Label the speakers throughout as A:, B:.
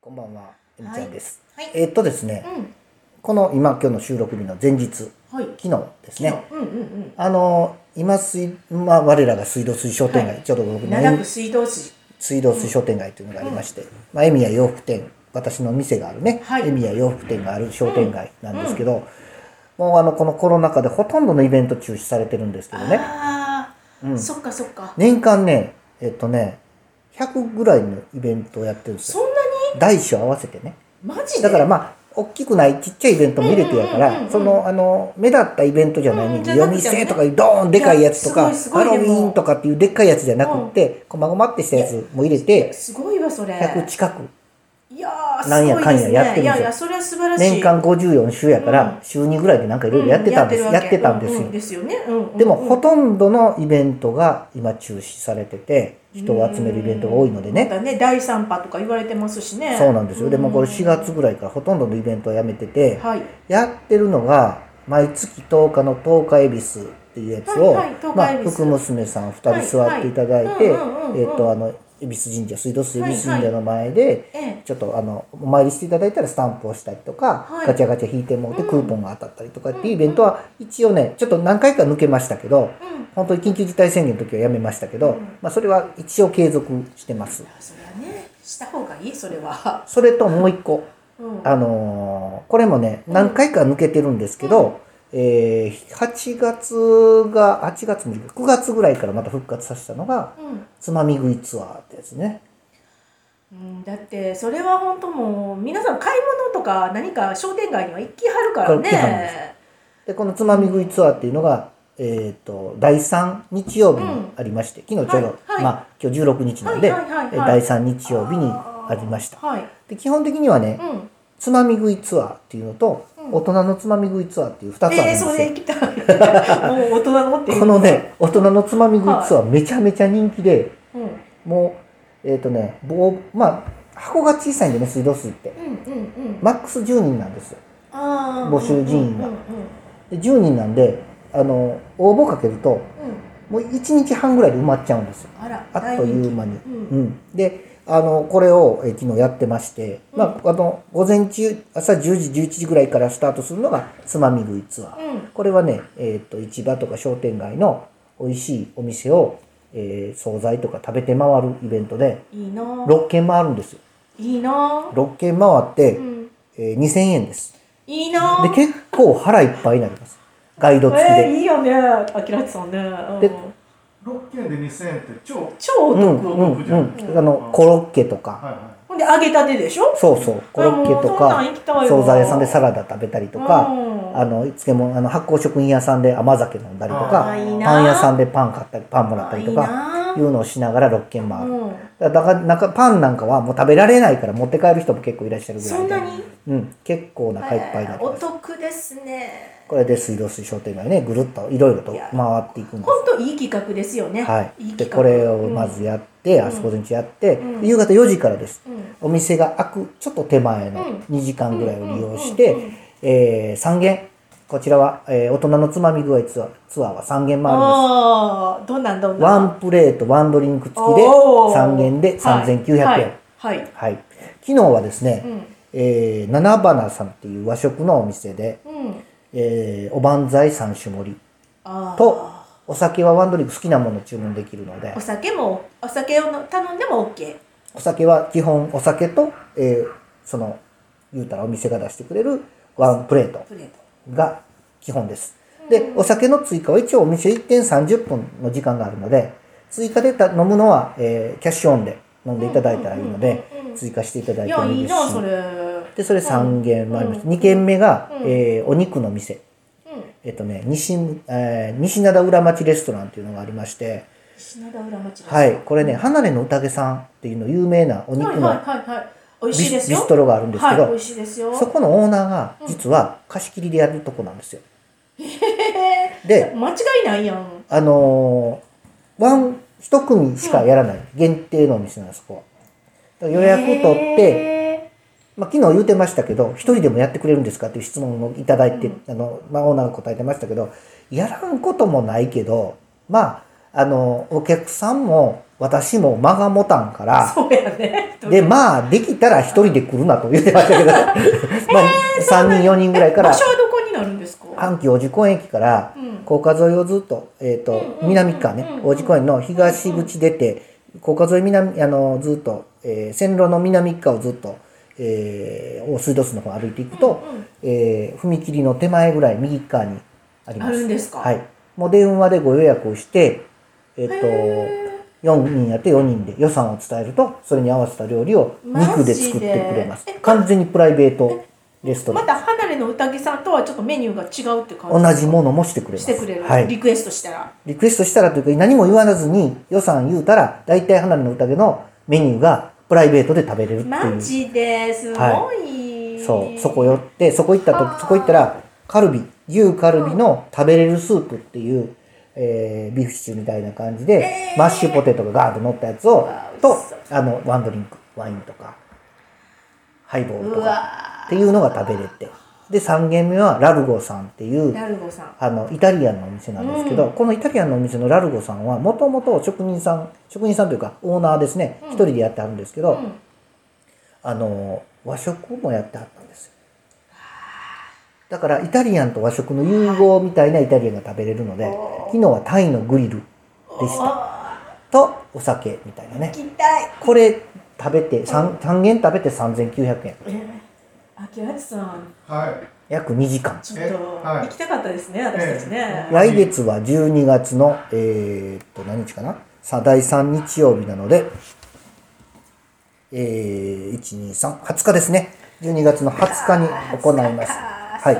A: こんばんは、えみちゃんです。
B: はい
A: えーっとですね、
B: うん。
A: この今今日の収録日の前日、
B: はい。
A: 昨日ですね。
B: うんうん
A: あの今水まあ我らが水道水商店街、
B: はい
A: ちょうど僕
B: うん。
A: の
B: 長く水道水。
A: 水道水商店街というのがありまして、まあエミヤ洋服店私の店があるね、
B: はい
A: エミヤ洋服店がある商店街なんですけど、もうあのこのコロナ禍でほとんどのイベント中止されてるんですけどね。
B: ああ、
A: うん
B: そっかそっか。
A: 年間ねえーっとね100ぐらいのイベントをやってるんです
B: そ
A: よ。
B: んなに
A: 大小合わせてね。
B: マジで
A: だからまあ大きくないちっちゃいイベントも入れてやか
B: うんうんうんう
A: ら
B: ん
A: そのあの目立ったイベントじゃない
B: うん
A: の
B: じゃ
A: に夜
B: なくてね
A: 店とかいうドーンでかいやつと
B: い
A: か
B: やすごい
A: ハ
B: す
A: ロ
B: ごい
A: ウ
B: で
A: ィ
B: も
A: ーンとかっていうでっかいやつじゃなくってこまごまってしたやつも入れて
B: すごいわそれ。
A: 100近く
B: いやー
A: なんやかんや
B: すごいですね
A: やってるんですよ
B: いやいやそれは素晴らしい。
A: 年間54週やから週2ぐらいでなんかいろいろやってたんです
B: う
A: やってたんです
B: わけ
A: よ
B: ううですよね。うんうん
A: でもほとんどのイベントが今中止されてて人を集めるイベントが多いので
B: ま
A: ね
B: たね第三波とか言われてますしね。
A: そうなんですよでもこれ4
B: が
A: 月ぐらいからほとんどのイベントをやめてて
B: はい。
A: やってるのが毎月10日の10日恵比寿っていうやつを、
B: はいはい10日
A: まあ、
B: 恵比寿
A: 福娘さん2人座っていただいて
B: はいはいうんうんうんうん
A: えっとあの恵比寿神社水道水恵比寿神社の前で、
B: ええ。
A: ちょっとあのお参りしていただいたらスタンプをしたりとか、
B: はい
A: ガチャガチャ引いてもって
B: うん
A: クーポンが当たったりとかっていうイベントは一応ねちょっと何回か抜けましたけど
B: うん。
A: 本当に緊急事態宣言の時はやめましたけど、
B: うん
A: まあ、それは一応継続してます
B: い。やそれはねした方がいいそれは。
A: それともう一個
B: うん。
A: あのーこれもね、何回か抜けてるんですけど、えー8月が、8月もいいか9月ぐらいからまた復活させたのが、
B: うん。
A: つまみ食いツアーってやつね。
B: うん、だってそれは本当もう皆さん買い物とか何か商店街には行きはるから
A: 行きはるんで
B: ね。
A: で、このつまみ食いツアーっていうのが、えっ、と、第3日曜日にありまして、昨日ちょうど、
B: はいはい
A: まあ、今日16日なんで、
B: はいはいはいはい
A: えー第3日曜日にありました。
B: はい。
A: で、基本的にはね
B: う、ん。
A: つまみ食いツアーっていうのと、
B: うん
A: 大人のつまみ食いツアーっていう2つあるん
B: え
A: で
B: ー、
A: す
B: そ
A: よ。
B: れ行きたい。もう大人のっていう。
A: このね、大人のつまみ食いツアーめちゃめちゃ人気で、
B: うん。うん
A: もうえっ、とね棒まあ箱が小さいんでね水道水って
B: うんうん。
A: マックス10人なんですよ
B: あー
A: 募集人員が
B: うんうん
A: で10人なんであの応募かけると
B: うんうん
A: もう1日半ぐらいで埋まっちゃうんですよ
B: あら。
A: あっという間に、
B: 大人気
A: う
B: うん。
A: ん、であのこれをえー昨日やってまして、
B: うん
A: まあ、あの午前中朝10時11時ぐらいからスタートするのがつまみ食いツアー、
B: うん。
A: これはね、えっと市場とか商店街の美味しいお店を、えー惣菜とか食べて回るイベントで
B: いいなぁ。
A: 6軒回るんですよ
B: いいなぁ。
A: 6軒回って、
B: うん。
A: えー2000円です。
B: いいなぁ。
A: で、結構腹いっぱいになります。ガイド付き
B: え
A: で。
B: ー、いいよね。あきらちさんね。うん
A: で
C: 6件で2000円って超
B: 超お
A: う
B: 得。
A: んうんうん。あの、コロッケとか、
C: はいは
B: ほんで揚げたてでしょ。
A: そうそう、コロッケと
B: あもうそんな
A: か
B: ん行きたい、わ
A: 惣菜屋さんでサラダ食べたりとか、
B: うん
A: あの、漬物、あの、発酵食品屋さんで甘酒飲んだりとか
B: あーいい、な
A: パン屋さんでパン買ったり、パンもらったりと
B: あいい
A: か、
B: なぁ
A: いうのをしながら6軒回る。
B: うん。
A: だから、なんかパンなんかはもう食べられないから持って帰る人も結構いらっしゃるぐらい
B: そん
A: で
B: なに
A: うん、結構お腹いっぱいになり
B: お
A: ます。
B: 得ですね
A: これで水道水商店街ね、ぐるっといろいろと
B: い
A: 回
B: や
A: っていくんです
B: 本当いい企画ですよね
A: はい、
B: い
A: で
B: 企画
A: これをまずやって、あそこ午前中やって、
B: うん
A: で夕方4時からです、
B: うん、うん
A: お店が開くちょっと手前の
B: うん
A: 2時間ぐらいを利用し
B: うんうんうんうん
A: て、え3軒こちらは、えー大人のつまみ具合ツアーツアーは3軒回ります
B: ああどんなんどんな
A: ワ
B: ん
A: ンプレートワンドリンク付きで
B: おー
A: 3軒で3900円、
B: は
A: はいい
B: はい、はい
A: 昨日はですね、
B: うん
A: えー七花さんっていう和食のお店で、
B: うん、
A: えーおばんざい3種盛り
B: あー
A: とお酒はワンドリンク好きなものを注文できるので
B: お酒もお酒をの頼んでも OK
A: お酒は基本お酒と、えーその言うたらお店が出してくれるワンプレート
B: プレート
A: が基本ですでお酒の追加は一応お店1点30分の時間があるので追加でた飲むのは、えーキャッシュオンで飲んでいただいたらいいので
B: うんうんうんうん
A: 追加していただい
B: い
A: ても
B: や
A: いい
B: いい
A: です
B: な
A: し
B: それ
A: でそれ3軒もありまし
B: う
A: て
B: ん
A: 2軒目が、
B: うん
A: えーお肉の店
B: うん
A: えっ、とね西,、えー西灘裏町レストランっていうのがありまして
B: 品田浦町です
A: はいこれね離れの宴さんっていうの有名なお肉の、
B: はいはいはいはい美味しいです
A: ビ
B: よ
A: スビストロがあるんですけど
B: はい、美味しいですよ
A: そこのオーナーが実は貸し切りでやるとこなんですよ。で、
B: 間違いないやん
A: あのーワン一組しかやらない限定のお店なんですそこは。だから予約取って、
B: へ
A: まあ、昨日言うてましたけど「一人でもやってくれるんですか?」っていう質問をいただいて、あのまあ、オーナーが答えてましたけどやらんこともないけどまああの、お客さんも私も間が持たんから、
B: そうやね。
A: で、まあ、できたら一人で来るなと言ってま したけど、まあ、3人、4人ぐらいか
B: 場
A: ら、
B: 所はどこになるんですか。
A: 阪急王子公園駅から
B: うん、
A: 高架沿いをずっと、えっ、
B: うんうん
A: と
B: うん、うん
A: 南側ね、王子公園の東口出て、高架沿い南、あの、ずっと、えー線路の南側をずっと、えー、大水道水の方歩いていくと、えー踏切の手前ぐらい右側にあります。
B: あるんですか
A: はい。もう電話でご予約をして、えっ、と、
B: へ
A: 4人やって4人で予算を伝えると、それに合わせた料理を肉で作ってくれます
B: マジでえ。
A: 完全にプライベートレス
B: ー
A: トラ
B: ま
A: ン。
B: た離れのうたぎさんとはちょっとメニューが違うって感じ。
A: 同じものもしてくれます。
B: してくれる、
A: はい。
B: リクエストしたら。
A: リクエストしたらというか、何も言わずに予算言うたら、大体花火の宴のメニューがプライベートで食べれるって
B: マ
A: い
B: ジですごい、
A: はそう。そこ寄
B: よ
A: って、そこ行った
B: あー
A: と、そこ行ったら、カルビ、牛カルビの食べれるスープっていう、えービーフシチューみたいな感じで
B: え、ー
A: マッシュポテトがガーッと乗ったやつを
B: わー、美
A: と
B: 味しそう、
A: あの、ワンドリンク、ワインとか、ハイボール
B: う
A: とか、
B: わ
A: っていうのが食べれて。で、3軒目はラルゴさんっていう、
B: ラルゴさん
A: あのイタリアンのお店なんですけど、
B: うん
A: このイタリアンのお店のラルゴさんはもともと職人さん職人さんというかオーナーですね
B: うん
A: 一、人でやってあるんですけど、
B: うん
A: あの和食もやってあったんですよだからイタリアンと和食の融合みたいなイタリアンが食べれるので、
B: おー
A: 昨日はタイのグリルでした
B: た
A: とお酒みたいなね
B: 行きたい
A: これ食べて 3, 3軒食べて3900円
B: え秋八さん
C: はい。
A: 約2時間
B: ちょっ
C: え
B: と
C: はい
B: 行きたかったですね、私たちね、
A: 来月は12月の、えーっと、何日かなさあ、第3日曜日なので、えー、1、2、3、20日ですね。12月の20日に行います。
B: は
A: はいい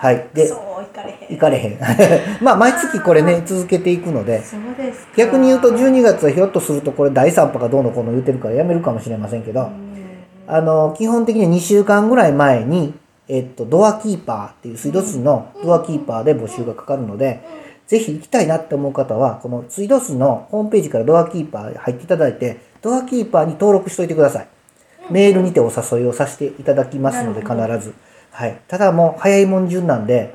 B: はい
A: いで
B: そう行かれへん
A: 行かれへん。 まあ、毎月これね、続けていくので、
B: そうですか
A: 逆に言うと12月はひょっとするとこれ第3波がどうのこうの言ってるからやめるかもしれませんけど
B: う、ん
A: あの、基本的に2週間ぐらい前に、えっと、ドアキーパーっていう水道水のドアキーパーで募集がかかるので、ぜひ行きたいなって思う方は、この水道水のホームページからドアキーパー入っていただいて、ドアキーパーに登録しといてください。メールにてお誘いをさせていただきますので、
B: な
A: 必
B: るほど
A: ず。はい。ただもう早いもん順なんで、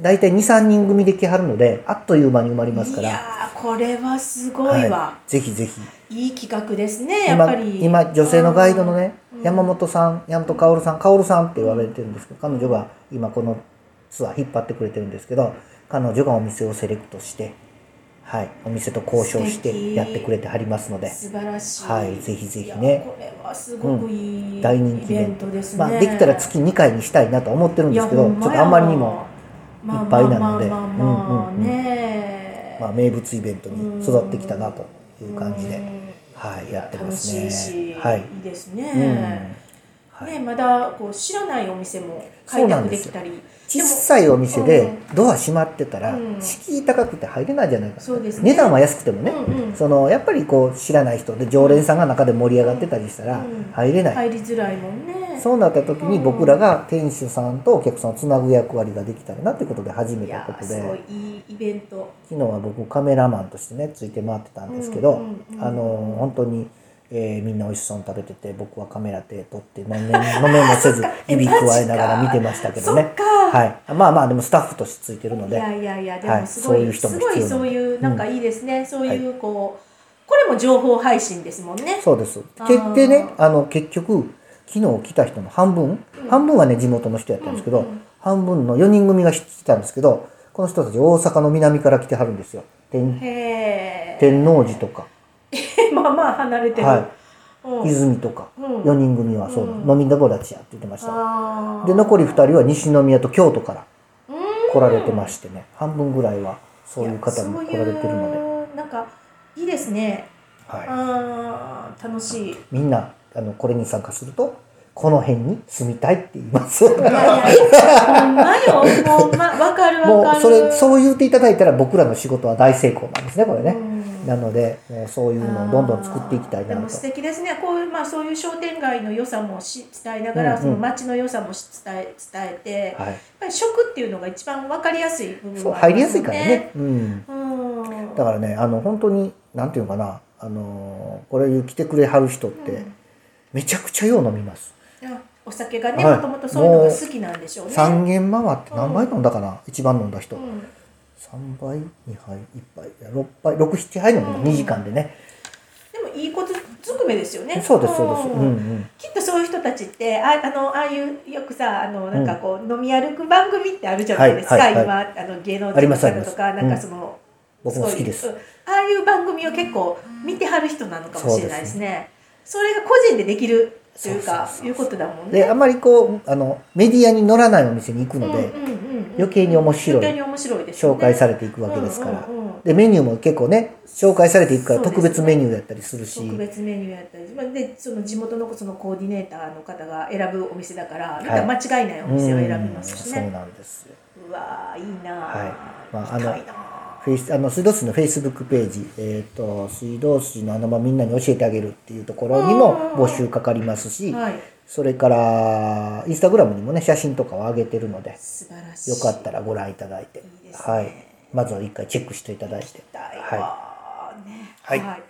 A: だいたい2、3人組で来はるので、あっという間に埋まりますか
B: い
A: ら。
B: やーこれはすごいわ、
A: はい。ぜひぜひ。
B: い、い企画ですねやっ
A: 今
B: ぱり
A: 今女性のガイドのね、
B: うん
A: 山本さん山本薫さん薫さんって言われてるんですけど彼女が今このツアー引っ張ってくれてるんですけど彼女がお店をセレクトして、はい、お店と交渉し
B: 素
A: て
B: 敵
A: やってくれてはりますので
B: 素晴らしい。
A: はいぜひぜひね
B: いやこれはすごくいい、
A: 大人
B: イ
A: 気イ
B: ベ
A: ベ
B: ン
A: ン
B: ト
A: ト
B: ですね。
A: まあ、できたら月2回にしたいなとは思ってるんですけ
B: いや
A: ど
B: ほん
A: ちょっ
B: まや
A: とあんまりにも、
B: まあ
A: いっぱいなので
B: まあまあまあまあ
A: うんうんうん
B: ね。
A: まあ、名物イベントに育ってきたなという感じで、はい、やって
B: 楽
A: ます
B: しいし、、
A: ね。はいい
B: いです
A: うん
B: ね。
A: はい
B: ねまだこう知らないお店も
A: そ
B: 開
A: うなん
B: 拓
A: で
B: ですき
A: よ
B: たり。
A: 小さいお店
B: う
A: で
B: ん
A: ドア閉まってたら
B: うん
A: 敷居高くて入れないじゃないかな
B: そうですね
A: 値段は安くてもね
B: でも、うんうん
A: そのやっぱりこう知らない人で常連さんが中で盛り上がってたりしたら
B: うん
A: 入れない
B: 入りづらいもんね。
A: そうなった時に
B: うん
A: 僕らが店主さんとお客さんをつなぐ役割ができたらなということで始め
B: い
A: た
B: や
A: こと
B: すごい
A: で
B: いいイベント。
A: 昨日は僕カメラマンとしてねついて回ってたんですけど
B: うんうん
A: あの本当に。えーみんな美味しそうに食べてて僕はカメラ手取って飲め飲め もせず指くわえながら見てましたけど
B: そ
A: ね
B: っか。
A: はい、まあまあでもスタッフとしてついてるの
B: い
A: で
B: やいやいやで
A: は
B: も
A: い
B: すごい,、
A: そういう人も
B: す
A: 必要
B: ご
A: なん
B: い
A: で
B: そういうなんかいいですね、そういうこうこれも情報配信ですもんね
A: そうです
B: あー
A: 決定ねあの結局昨日来た人の半分、半分はね地元の人やったんですけど、
B: うんうん
A: 半分の4人組が来たんですけどこの人たち大阪の南から来てはるんですよ天
B: へえ
A: 天王寺とか、
B: まあまあ離れてる、
A: は
B: うん
A: い、泉とか、
B: うん
A: 4人組はそう、
B: うん
A: 飲み友達やって言ってました
B: あー
A: で残り2人は西宮と京都から
B: うん
A: 来られてましてね半分ぐらいはそういう方も
B: や
A: 来られてるので
B: そういうなんかいいですね
A: はい、
B: あー楽 しい
A: みんなあのこれに参加するとこの辺に住みたいって言い ます。
B: いやいやほんまよほんまわかる
A: も
B: わかる
A: うそれそう言っていただいたら僕らの仕事は大成功なんですねこれね、
B: うん
A: なのでもうそういうのをどんどん作っていきたいな
B: あーで
A: と
B: も素敵ですねこういう、まあ、そういう商店街の良さもし伝えなが
A: う
B: ら、
A: んうん
B: その街の良さもし伝え伝えて、やっ
A: はい、
B: ぱり食っていうのが一番分かりやすい部分
A: そう
B: はあ
A: 入り
B: ま
A: や
B: す
A: す
B: よ
A: いからね、うん、
B: うん
A: だからねあの本当になんていうのかなあのーこれ来てくれはる人って、
B: うん
A: めちゃくちゃよう飲みます
B: あお酒がね
A: はい
B: もともとそういうのが好きなんでしょうね。
A: 3軒回って何杯飲んだかな、一番飲んだ人、
B: うん
A: 3杯2杯1杯6杯67杯飲むの2時間でね、
B: でもいいことずくめですよね。
A: そうですそうです、うん
B: ん
A: うん、
B: きっとそういう人たちってああのああいうよくさあのなんかこう、飲み歩く番組ってあるじゃないですか、
A: はいはい
B: 今あの芸能
A: あり
B: 人の
A: ますあり
B: 方
A: ます
B: とかなんかその、
A: 僕も好きです
B: ごいうんああいう番組を結構見てはる人なのかもしれないですね。それが個人でできるというか
A: そうそうそう
B: いうことだもんね。
A: であまりこうあのメディアに乗らないお店に行くので、
B: うんうんうんうん
A: 余計に面白い
B: 余計に面白いですよ
A: 紹
B: ね
A: 介されていくわけですから、
B: うんうんうん
A: でメニューも結構ね紹介されていくから
B: そうです
A: 特別メニューだったりするし
B: 特別メニューやったり、まあ、でその地元のそのコーディネーターの方が選ぶお店だから、
A: い
B: なんか間違いないお店を選びますし
A: そう
B: ね。
A: なんですよ
B: うわーいいな
A: はい
B: ー、
A: まあ
B: 行きたいな
A: フェイスあの水道水のフェイスブックページ「えー、と水道水の穴場みんなに教えてあげる」っていうところにも募集かかりますし、
B: ーはい
A: それからインスタグラムにもね写真とかを上げてるので
B: 素晴らしい。
A: よかったらご覧いただいて
B: いいですね
A: はい、まずは一回チェックしていただいて
B: 行きたい
A: はい
B: わーね。
A: はい
B: はい